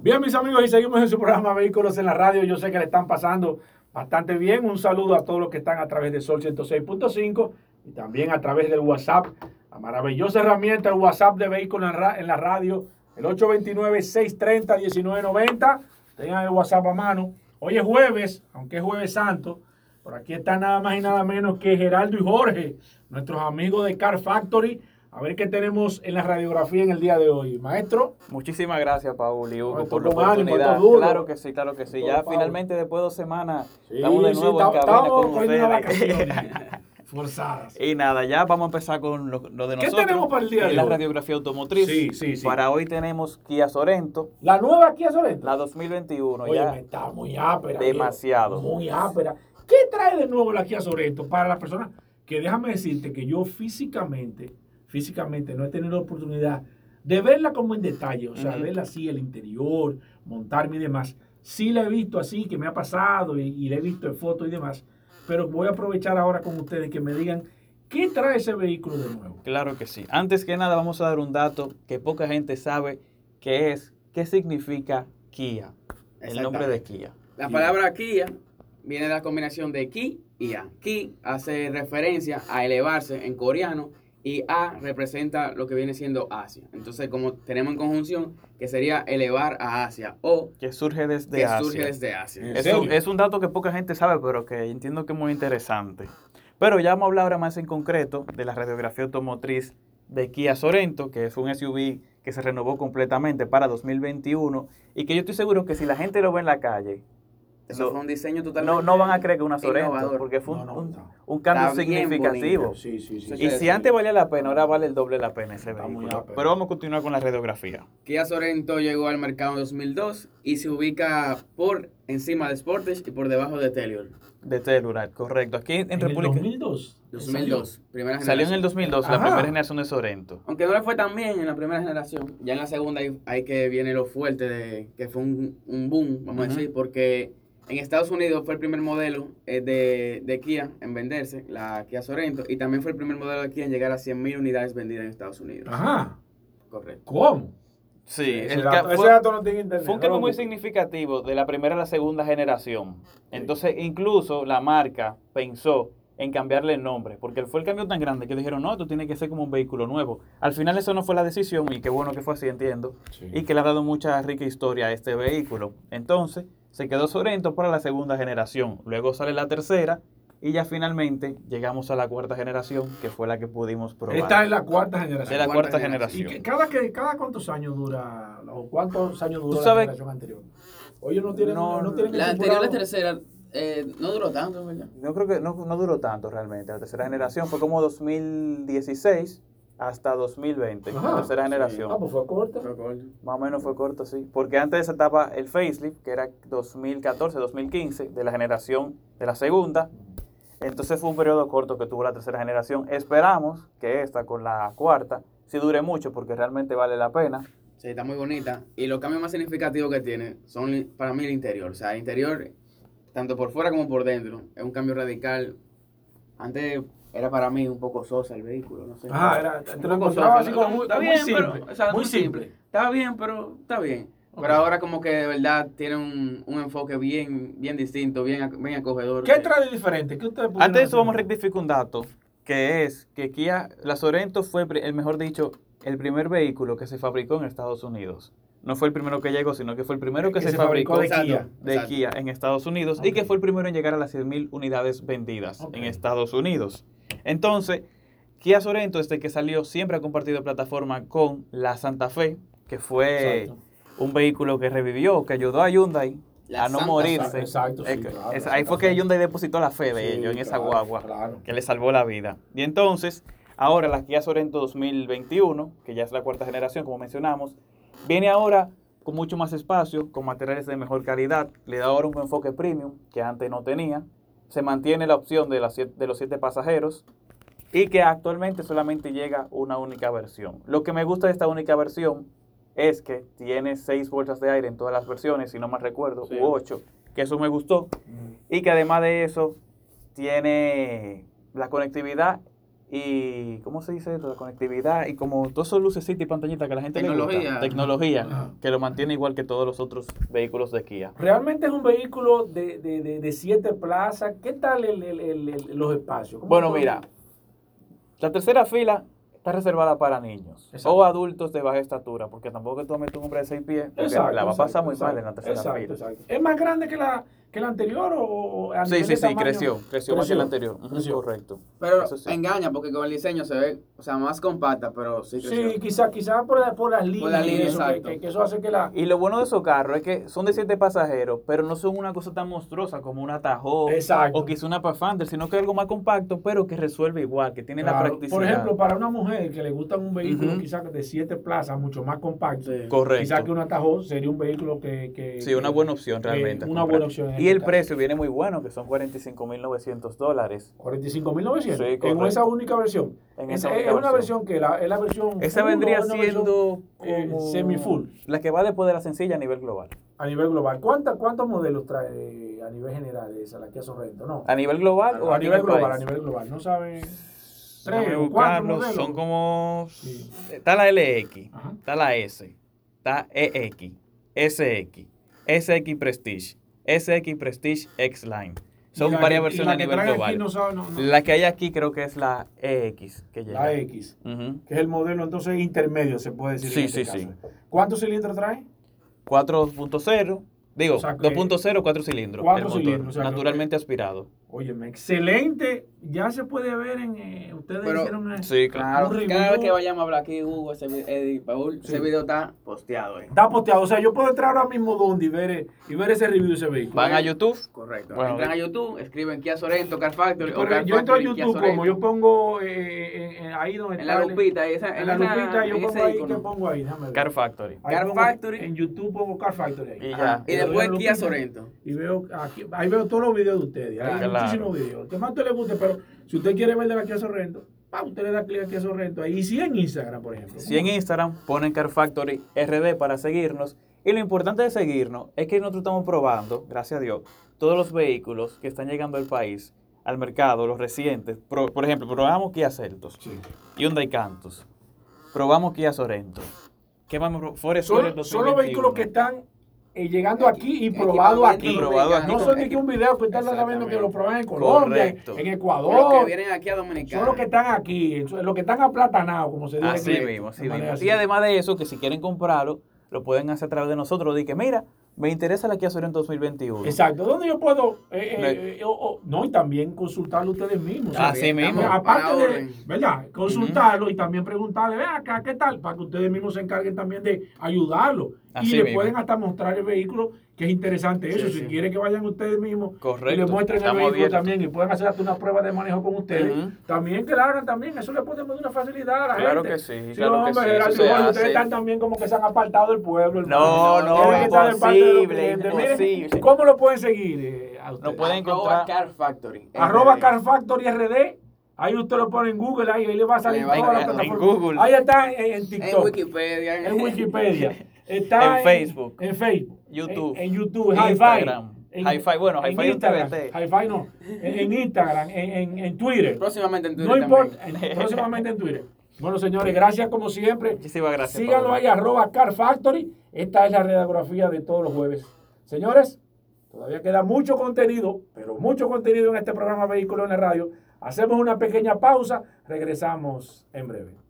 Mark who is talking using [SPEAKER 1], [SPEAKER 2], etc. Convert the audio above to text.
[SPEAKER 1] Bien, mis amigos, y seguimos en su programa Vehículos en la Radio. Yo sé que le están pasando bastante bien. Un saludo a todos los que están a través de Sol 106.5 y también a través del WhatsApp. La maravillosa herramienta, el WhatsApp de Vehículos en la Ra- en la Radio, el 829-630-1990. Tengan el WhatsApp a mano. Hoy es jueves, aunque es jueves santo. Por aquí están nada más y nada menos que Geraldo y Jorge, nuestros amigos de Car Factory. A ver qué tenemos en la radiografía en el día de hoy. Maestro,
[SPEAKER 2] Muchísimas gracias, Paul y Hugo,
[SPEAKER 1] Bueno,
[SPEAKER 2] por la
[SPEAKER 1] con ánimo,
[SPEAKER 2] oportunidad.
[SPEAKER 1] esto duro.
[SPEAKER 2] Claro que sí, claro que sí.
[SPEAKER 1] Con
[SPEAKER 2] Ya
[SPEAKER 1] todo, Paul.
[SPEAKER 2] finalmente, después de dos semanas,
[SPEAKER 1] Sí,
[SPEAKER 2] estamos de
[SPEAKER 1] sí,
[SPEAKER 2] nuevo en
[SPEAKER 1] estamos-
[SPEAKER 2] cabina
[SPEAKER 1] estamos
[SPEAKER 2] con
[SPEAKER 1] cogiendo unas
[SPEAKER 2] ustedes.
[SPEAKER 1] vacaciones forzadas.
[SPEAKER 2] Y nada, ya vamos a empezar con lo, lo de
[SPEAKER 1] ¿Qué
[SPEAKER 2] nosotros.
[SPEAKER 1] tenemos para el día
[SPEAKER 2] en
[SPEAKER 1] de
[SPEAKER 2] la
[SPEAKER 1] hoy?
[SPEAKER 2] radiografía automotriz.
[SPEAKER 1] Sí, sí, sí.
[SPEAKER 2] Para hoy tenemos Kia Sorento,
[SPEAKER 1] La nueva aquí es Sorento.
[SPEAKER 2] la 2021.
[SPEAKER 1] Oye,
[SPEAKER 2] ya.
[SPEAKER 1] está muy ápera.
[SPEAKER 2] Demasiado.
[SPEAKER 1] viejo, Muy ápera. ¿Qué trae de nuevo la Kia Sorento para las personas? Que déjame decirte que yo físicamente, físicamente no he tenido la oportunidad de verla como en detalle, o sea,
[SPEAKER 2] Ujú.
[SPEAKER 1] verla así, el interior, montarme y demás. Sí la he visto así, que me ha pasado y, y la he visto en fotos y demás, pero voy a aprovechar ahora con ustedes que me digan qué trae ese vehículo de nuevo.
[SPEAKER 2] Claro que sí. Antes que nada, vamos a dar un dato que poca gente sabe que es, qué significa Kia. El nombre de Kia.
[SPEAKER 3] La
[SPEAKER 1] Kia.
[SPEAKER 3] palabra Kia viene de la combinación de Ki y A. Ki hace referencia a elevarse en coreano y A representa lo que viene siendo Asia. Entonces, como tenemos en conjunción, que sería elevar a Asia o
[SPEAKER 2] Que surge desde
[SPEAKER 3] que
[SPEAKER 2] Asia.
[SPEAKER 3] surge desde Asia.
[SPEAKER 1] ¿En
[SPEAKER 2] Es
[SPEAKER 1] serio?
[SPEAKER 2] un, es un dato que poca gente sabe, pero que entiendo que es muy interesante. Pero ya vamos a hablar ahora más en concreto de la radiografía automotriz de Kia Sorento, que es un SUV que se renovó completamente para 2021 y que yo estoy seguro que si la gente lo ve en la calle,
[SPEAKER 3] Eso
[SPEAKER 2] no-
[SPEAKER 3] fue un diseño
[SPEAKER 2] no,
[SPEAKER 3] totalmente.
[SPEAKER 2] no van a creer que es una Sorento,
[SPEAKER 3] innovador.
[SPEAKER 2] porque fue
[SPEAKER 1] No,
[SPEAKER 2] un,
[SPEAKER 1] no,
[SPEAKER 2] un-
[SPEAKER 1] no.
[SPEAKER 2] un cambio
[SPEAKER 3] Está bien
[SPEAKER 2] significativo.
[SPEAKER 3] bonito,
[SPEAKER 1] Sí, sí, sí.
[SPEAKER 2] Y si antes valía la pena, ahora vale el doble la pena ese
[SPEAKER 1] Está muy
[SPEAKER 2] vehículo.
[SPEAKER 1] ápero.
[SPEAKER 2] Pero vamos a continuar con la radiografía.
[SPEAKER 3] Kia Sorento llegó al mercado en 2002 y se ubica por encima de Sportage y por debajo de Tellier.
[SPEAKER 2] De celular, correcto. Aquí en,
[SPEAKER 1] en
[SPEAKER 2] República...
[SPEAKER 1] el 2002.
[SPEAKER 3] 2002, primera
[SPEAKER 2] Salió en el
[SPEAKER 3] generación.
[SPEAKER 2] 2002, la
[SPEAKER 1] Ajá.
[SPEAKER 2] primera generación de Sorento.
[SPEAKER 3] Aunque no le fue tan bien en la primera generación, ya en la segunda hay, hay que viene lo fuerte de que fue un, un boom, vamos
[SPEAKER 2] Ujú.
[SPEAKER 3] a decir, porque en Estados Unidos fue el primer modelo eh, de, de Kia en venderse, la Kia Sorento, y también fue el primer modelo de Kia en llegar a 100.000 unidades vendidas en Estados Unidos.
[SPEAKER 1] Ajá.
[SPEAKER 3] Correcto.
[SPEAKER 1] ¿Cómo?
[SPEAKER 2] Sí,
[SPEAKER 1] Ese
[SPEAKER 2] el
[SPEAKER 1] dato-
[SPEAKER 2] ca-
[SPEAKER 1] ese
[SPEAKER 2] fue,
[SPEAKER 1] dato no tiene internet.
[SPEAKER 2] fue un cambio
[SPEAKER 1] no lo
[SPEAKER 2] muy
[SPEAKER 1] busques.
[SPEAKER 2] significativo de la primera a la segunda generación. Entonces, incluso la marca pensó en cambiarle el nombre, porque fue el cambio tan grande que dijeron, no, tú tienes que ser como un vehículo nuevo. Al final eso no fue la decisión y qué bueno que fue así, entiendo, y que le ha dado mucha rica historia a este vehículo. Entonces, se quedó Sorento para la segunda generación, luego sale la tercera y ya finalmente llegamos a la cuarta generación, que fue la que pudimos probar.
[SPEAKER 1] Esta es la cuarta
[SPEAKER 2] de
[SPEAKER 1] generación.
[SPEAKER 2] la
[SPEAKER 3] cuarta
[SPEAKER 2] cuarta
[SPEAKER 3] generación.
[SPEAKER 2] generación.
[SPEAKER 1] ¿Y que- cada, que, cada cuántos años dura? ¿O cuántos años dura
[SPEAKER 2] Tú
[SPEAKER 1] la
[SPEAKER 2] sabes-
[SPEAKER 1] generación anterior? Oye, no tienen.
[SPEAKER 2] No,
[SPEAKER 1] No, no tienen
[SPEAKER 3] La anterior,
[SPEAKER 1] incorporado-
[SPEAKER 3] la tercera, eh, no duró tanto, ¿verdad?
[SPEAKER 2] No creo que no, no duró tanto realmente. La tercera generación fue como 2016 hasta 2020.
[SPEAKER 1] Ajá,
[SPEAKER 2] la tercera
[SPEAKER 3] sí.
[SPEAKER 2] generación.
[SPEAKER 1] Ah, pues fue corta.
[SPEAKER 2] Más o menos fue corto, sí. Porque antes de esa etapa, el facelift, que era 2014-2015, de la generación de la segunda. Entonces fue un periodo corto que tuvo la tercera generación. Esperamos que esta con la cuarta sí dure mucho porque realmente vale la pena.
[SPEAKER 3] Sí, está muy bonita. Y los cambios más significativos que tiene son li- para mí el interior. O sea, el interior, tanto por fuera como por dentro, es un cambio radical. Antes era para mí un poco sosa el vehículo, no sé.
[SPEAKER 1] Ajá, era, te lo
[SPEAKER 3] Un poco
[SPEAKER 1] encontraba
[SPEAKER 3] sosa.
[SPEAKER 1] así como muy,
[SPEAKER 3] Está
[SPEAKER 1] muy
[SPEAKER 3] bien,
[SPEAKER 1] simple.
[SPEAKER 3] pero, o sea,
[SPEAKER 1] muy
[SPEAKER 3] muy simple.
[SPEAKER 1] simple.
[SPEAKER 3] Estaba bien, pero está bien.
[SPEAKER 1] Ok.
[SPEAKER 3] Pero ahora como que de verdad tiene un, un enfoque bien, bien distinto, bien, ac- bien acogedor.
[SPEAKER 1] ¿Qué trae de diferente? ¿Qué ustedes pudieron
[SPEAKER 2] Antes de eso
[SPEAKER 1] hacer?
[SPEAKER 2] vamos a rectificar un dato, que es que Kia, la Sorento fue, pri- el mejor dicho, el primer vehículo que se fabricó en Estados Unidos. No fue el primero que llegó, sino que fue el primero
[SPEAKER 1] Eh,
[SPEAKER 2] que, se, fabricó,
[SPEAKER 1] de Kia.
[SPEAKER 2] de
[SPEAKER 3] Exacto.
[SPEAKER 2] Kia en Estados Unidos y
[SPEAKER 1] Ok.
[SPEAKER 2] que fue el primero en llegar a las 100.000 unidades vendidas
[SPEAKER 1] Ok.
[SPEAKER 2] en Estados Unidos. Entonces, Kia Sorento, desde que salió, siempre ha compartido plataforma con la Santa Fe, que fue
[SPEAKER 1] Exacto.
[SPEAKER 2] un vehículo que revivió, que ayudó a Hyundai
[SPEAKER 3] La
[SPEAKER 2] a no
[SPEAKER 3] Santa
[SPEAKER 2] morirse.
[SPEAKER 1] Exacto, sí,
[SPEAKER 2] Es que-
[SPEAKER 1] claro,
[SPEAKER 2] es-
[SPEAKER 1] la
[SPEAKER 2] ahí
[SPEAKER 1] Santa
[SPEAKER 2] fue que
[SPEAKER 1] Fe.
[SPEAKER 2] Hyundai depositó la fe de
[SPEAKER 1] Sí,
[SPEAKER 2] ellos en esa
[SPEAKER 1] claro,
[SPEAKER 2] guagua
[SPEAKER 1] claro.
[SPEAKER 2] que le salvó la vida. Y entonces, ahora la Kia Sorento 2021, que ya es la cuarta generación, como mencionamos, viene ahora con mucho más espacio, con materiales de mejor calidad, le da ahora un enfoque premium que antes no tenía, se mantiene la opción de, las siete- de los siete pasajeros y que actualmente solamente llega una única versión. Lo que me gusta de esta única versión es que tiene seis bolsas de aire en todas las versiones, si no mal recuerdo,
[SPEAKER 3] Sí.
[SPEAKER 2] u ocho, que eso me gustó,
[SPEAKER 1] Mm.
[SPEAKER 2] y que además de eso tiene la conectividad y ¿cómo se dice eso? La conectividad y como todos esos lucecitas y pantallitas que la gente le gusta.
[SPEAKER 3] Tecnología.
[SPEAKER 2] Tecnología,
[SPEAKER 1] Ajá.
[SPEAKER 2] que lo mantiene igual que todos los otros vehículos de Kia.
[SPEAKER 1] Realmente es un vehículo de, de, de, de siete plazas. ¿Qué tal el, el- el- el- los espacios? ¿Cómo
[SPEAKER 2] Bueno,
[SPEAKER 1] son?
[SPEAKER 2] mira, la tercera fila está reservada para niños
[SPEAKER 1] Exacto.
[SPEAKER 2] o adultos de baja estatura, porque tampoco tú metes un hombre de seis pies, porque
[SPEAKER 1] Exacto,
[SPEAKER 2] la va a
[SPEAKER 1] exacto,
[SPEAKER 2] pasar muy
[SPEAKER 1] exacto,
[SPEAKER 2] mal en la tercera
[SPEAKER 1] exacto,
[SPEAKER 2] fila.
[SPEAKER 1] exacto. ¿Es más grande que la, que la anterior o, o a
[SPEAKER 2] Sí,
[SPEAKER 1] nivel
[SPEAKER 2] sí,
[SPEAKER 1] de
[SPEAKER 2] sí,
[SPEAKER 1] tamaño?
[SPEAKER 2] creció, creció más que la
[SPEAKER 1] Creció,
[SPEAKER 2] anterior. Ujú,
[SPEAKER 1] creció.
[SPEAKER 2] Correcto.
[SPEAKER 3] Pero
[SPEAKER 2] Eso sí.
[SPEAKER 3] engaña porque con el diseño se ve, o sea, más compacta, pero sí creció.
[SPEAKER 1] Sí, quizás quizá por, la- por las líneas.
[SPEAKER 3] las
[SPEAKER 1] y
[SPEAKER 3] líneas,
[SPEAKER 1] eso, que-
[SPEAKER 3] exacto.
[SPEAKER 1] que- que eso hace que la,
[SPEAKER 2] Y lo bueno de esos carros es que son de siete pasajeros, pero no son una cosa tan monstruosa como una Tahoe
[SPEAKER 1] Exacto.
[SPEAKER 2] o quizá una Pathfinder, sino que algo más compacto, pero que resuelve igual, que tiene la
[SPEAKER 1] Claro.
[SPEAKER 2] practicidad.
[SPEAKER 1] Por ejemplo, para una mujer que le gusta un vehículo
[SPEAKER 2] Ujú.
[SPEAKER 1] quizás de siete plazas, mucho más compacto,
[SPEAKER 3] Sí.
[SPEAKER 2] Correcto.
[SPEAKER 1] quizás que un atajón sería un vehículo que... que
[SPEAKER 2] Sí, una
[SPEAKER 1] que-
[SPEAKER 2] buena opción
[SPEAKER 1] que-
[SPEAKER 2] realmente.
[SPEAKER 1] Una
[SPEAKER 2] comprar.
[SPEAKER 1] buena opción. en
[SPEAKER 2] Y el
[SPEAKER 1] este
[SPEAKER 2] precio viene muy bueno, que son 45.900 dólares.
[SPEAKER 1] caso. 45.900
[SPEAKER 2] Sí,
[SPEAKER 1] en
[SPEAKER 2] correcto.
[SPEAKER 1] esa única versión.
[SPEAKER 2] En
[SPEAKER 1] es,
[SPEAKER 2] esa
[SPEAKER 1] es-
[SPEAKER 2] única
[SPEAKER 1] es una
[SPEAKER 2] versión.
[SPEAKER 1] versión que la, es la versión...
[SPEAKER 2] Esa
[SPEAKER 1] full o
[SPEAKER 2] vendría
[SPEAKER 1] es una versión
[SPEAKER 2] siendo
[SPEAKER 1] eh,
[SPEAKER 2] como
[SPEAKER 1] semi-full.
[SPEAKER 2] La que va después de la sencilla a nivel global.
[SPEAKER 1] a nivel global. ¿Cuánta- ¿Cuántos modelos trae a nivel general esa, la Kia Sorrento? No.
[SPEAKER 2] ¿A nivel global o
[SPEAKER 1] a
[SPEAKER 2] aquí en
[SPEAKER 1] nivel
[SPEAKER 2] el
[SPEAKER 1] global,
[SPEAKER 2] país?
[SPEAKER 1] a nivel global. No saben...
[SPEAKER 2] Déjame
[SPEAKER 1] Tres o cuatro
[SPEAKER 2] buscarlo,
[SPEAKER 1] modelos.
[SPEAKER 2] Son como.
[SPEAKER 1] Sí.
[SPEAKER 2] Está la LX,
[SPEAKER 1] Ajá.
[SPEAKER 2] está la S, está E EX, SX, SX Prestige, SX Prestige X-Line. Son
[SPEAKER 1] Y la
[SPEAKER 2] varias
[SPEAKER 1] que- y
[SPEAKER 2] versiones
[SPEAKER 1] la
[SPEAKER 2] a
[SPEAKER 1] que
[SPEAKER 2] nivel
[SPEAKER 1] traen
[SPEAKER 2] global.
[SPEAKER 1] Aquí no saben, no- no.
[SPEAKER 2] La que hay aquí creo que es la EX que llega.
[SPEAKER 1] la E X.
[SPEAKER 2] Ujú.
[SPEAKER 1] que es el modelo entonces intermedio, se puede decir.
[SPEAKER 2] Sí,
[SPEAKER 1] en este
[SPEAKER 2] sí,
[SPEAKER 1] caso. ¿Cuántos cilindros trae?
[SPEAKER 2] 4.0, digo,
[SPEAKER 1] O sea que-
[SPEAKER 2] 2.0, 4 cilindros.
[SPEAKER 1] Cuatro
[SPEAKER 2] el motor,
[SPEAKER 1] cilindros, o sea que-
[SPEAKER 2] naturalmente aspirado.
[SPEAKER 1] Óyeme, excelente. Ya se puede ver en. eh, ustedes
[SPEAKER 3] Pero-
[SPEAKER 1] hicieron una.
[SPEAKER 2] Sí,
[SPEAKER 3] Claro,
[SPEAKER 1] Un
[SPEAKER 3] cada vez
[SPEAKER 1] review.
[SPEAKER 3] que vayamos a hablar aquí, Hugo, ese, vi- Eddie, Paul,
[SPEAKER 1] Sí.
[SPEAKER 3] ese video está posteado. eh.
[SPEAKER 1] Está posteado. O sea, yo puedo entrar ahora mismo donde y ver, eh, y ver ese review de ese vehículo.
[SPEAKER 2] Van a YouTube.
[SPEAKER 3] Correcto.
[SPEAKER 2] Bueno, eh,
[SPEAKER 3] Entran a YouTube, escriben Kia Sorento, Car Factory. o
[SPEAKER 1] Pero
[SPEAKER 3] Car
[SPEAKER 1] yo entro a
[SPEAKER 3] Factory, Kia
[SPEAKER 1] YouTube
[SPEAKER 3] Sorento.
[SPEAKER 1] como yo pongo eh, en- en- ahí donde
[SPEAKER 3] En
[SPEAKER 1] está
[SPEAKER 3] la
[SPEAKER 1] el-
[SPEAKER 3] lupita, esa,
[SPEAKER 1] En la
[SPEAKER 3] esa-
[SPEAKER 1] lupita, yo
[SPEAKER 3] en ese
[SPEAKER 1] pongo ahí.
[SPEAKER 3] icono.
[SPEAKER 1] ¿Qué pongo ahí? Déjame ver.
[SPEAKER 2] Car Factory.
[SPEAKER 1] Ahí
[SPEAKER 3] Car
[SPEAKER 1] pongo-
[SPEAKER 3] Factory.
[SPEAKER 1] En YouTube pongo Car Factory ahí.
[SPEAKER 2] Y
[SPEAKER 3] Ajá.
[SPEAKER 2] ya.
[SPEAKER 3] Y
[SPEAKER 1] Yo
[SPEAKER 3] después
[SPEAKER 1] doy a
[SPEAKER 3] Kia
[SPEAKER 1] lupita.
[SPEAKER 3] Sorento.
[SPEAKER 1] Y veo aquí, ahí veo todos los videos de ustedes. Hay
[SPEAKER 2] Claro.
[SPEAKER 1] muchísimos videos. Que más usted le guste, pero si usted quiere ver de la Kia Sorrento, pa, usted le da clic aquí a Sorrento. Ahí. Y si en Instagram, por ejemplo.
[SPEAKER 2] Si en Instagram ponen Car Factory RD para seguirnos. Y lo importante de seguirnos es que nosotros estamos probando, gracias a Dios, todos los vehículos que están llegando al país, al mercado, los recientes. Pro- por ejemplo, probamos Kia Celtos,
[SPEAKER 1] Sí.
[SPEAKER 2] Hyundai Cantus, probamos Kia Sorento. ¿Qué más? hemos probado? Ford Explorer
[SPEAKER 1] Son, son los
[SPEAKER 2] 2021.
[SPEAKER 1] vehículos que están eh, llegando aquí y
[SPEAKER 3] Equipamente
[SPEAKER 1] probado aquí.
[SPEAKER 2] probado aquí.
[SPEAKER 1] No son ni que un video que están sabiendo que
[SPEAKER 3] Exactamente.
[SPEAKER 1] lo proban en Colombia,
[SPEAKER 2] Correcto.
[SPEAKER 1] en
[SPEAKER 3] Los que
[SPEAKER 1] Ecuador.
[SPEAKER 3] vienen aquí a Dominicana.
[SPEAKER 1] Son los que están aquí, eso- los que están aplatanados, como se dice.
[SPEAKER 2] Así
[SPEAKER 1] aquí,
[SPEAKER 2] mismo, así
[SPEAKER 1] de manera
[SPEAKER 2] mismo.
[SPEAKER 1] así.
[SPEAKER 2] Y además de eso, que si quieren comprarlo, lo pueden hacer a través de nosotros. Di que, mira, me interesa la Kia Sorento 2021.
[SPEAKER 1] Exacto, ¿dónde yo puedo? eh,
[SPEAKER 2] No.
[SPEAKER 1] eh, eh, o- o- no, y también consultarlo ustedes mismos.
[SPEAKER 2] Así mismo.
[SPEAKER 1] Bueno, aparte
[SPEAKER 3] Ahora,
[SPEAKER 1] de, ¿verdad? Consultarlo y también preguntarle, ven acá, ¿qué tal? Para que ustedes mismos se encarguen también de ayudarlo.
[SPEAKER 2] Así
[SPEAKER 1] y le
[SPEAKER 2] mismo.
[SPEAKER 1] pueden hasta mostrar el vehículo, que es interesante eso.
[SPEAKER 3] Sí,
[SPEAKER 1] si
[SPEAKER 3] sí.
[SPEAKER 1] quieren que vayan ustedes mismos
[SPEAKER 2] Correcto.
[SPEAKER 1] y le muestren el
[SPEAKER 2] Estamos
[SPEAKER 1] vehículo
[SPEAKER 2] abiertos.
[SPEAKER 1] también y puedan hacer hasta una prueba de manejo con ustedes,
[SPEAKER 2] Ujú.
[SPEAKER 1] también que la hagan también. Eso le podemos dar una facilidad a la
[SPEAKER 2] Claro
[SPEAKER 1] gente.
[SPEAKER 2] que sí,
[SPEAKER 1] Si
[SPEAKER 2] claro
[SPEAKER 1] no,
[SPEAKER 2] que
[SPEAKER 1] hombre,
[SPEAKER 2] sí,
[SPEAKER 1] Gerardo,
[SPEAKER 2] eso se
[SPEAKER 1] bueno, ustedes
[SPEAKER 2] hace.
[SPEAKER 1] están también como que se han apartado del pueblo. hermano.
[SPEAKER 2] No,
[SPEAKER 3] No,
[SPEAKER 2] no,
[SPEAKER 1] Tienen que estar en parte de los
[SPEAKER 2] imposible,
[SPEAKER 1] clientes. Miren,
[SPEAKER 2] imposible.
[SPEAKER 1] ¿Cómo lo pueden seguir? eh, a ustedes?
[SPEAKER 2] Nos pueden eh,
[SPEAKER 3] Arroba
[SPEAKER 2] encontrar-
[SPEAKER 3] Car Factory.
[SPEAKER 1] Arroba Car Factory RD. Ahí usted lo pone en Google, ahí, ahí le va a salir
[SPEAKER 3] Le va a
[SPEAKER 1] toda la
[SPEAKER 3] encontrar. En
[SPEAKER 1] plataforma.
[SPEAKER 2] Google.
[SPEAKER 1] Ahí está eh, en, en
[SPEAKER 3] En
[SPEAKER 1] TikTok.
[SPEAKER 3] Wikipedia.
[SPEAKER 1] En Wikipedia. Está
[SPEAKER 2] En Facebook.
[SPEAKER 1] En Facebook.
[SPEAKER 2] YouTube.
[SPEAKER 1] En, en YouTube.
[SPEAKER 2] Instagram.
[SPEAKER 1] Hi-Fi. En-
[SPEAKER 2] Hi-Fi, bueno,
[SPEAKER 1] en
[SPEAKER 2] Hi-Fi es un
[SPEAKER 1] Instagram.
[SPEAKER 2] TBT.
[SPEAKER 1] Hi-Fi no. En, en Instagram, en, en- en Twitter.
[SPEAKER 3] Próximamente en
[SPEAKER 1] No
[SPEAKER 3] Twitter
[SPEAKER 1] importa.
[SPEAKER 3] también.
[SPEAKER 1] en- próximamente en Twitter. Bueno, señores, gracias como siempre.
[SPEAKER 2] Muchísimas gracias,
[SPEAKER 1] Síganlo
[SPEAKER 2] Pablo.
[SPEAKER 1] ahí, arroba Car Factory. Esta es la redografía de todos los jueves. Señores, todavía queda mucho contenido, pero mucho contenido en este programa Vehículo en la Radio. Hacemos una pequeña pausa, regresamos en breve.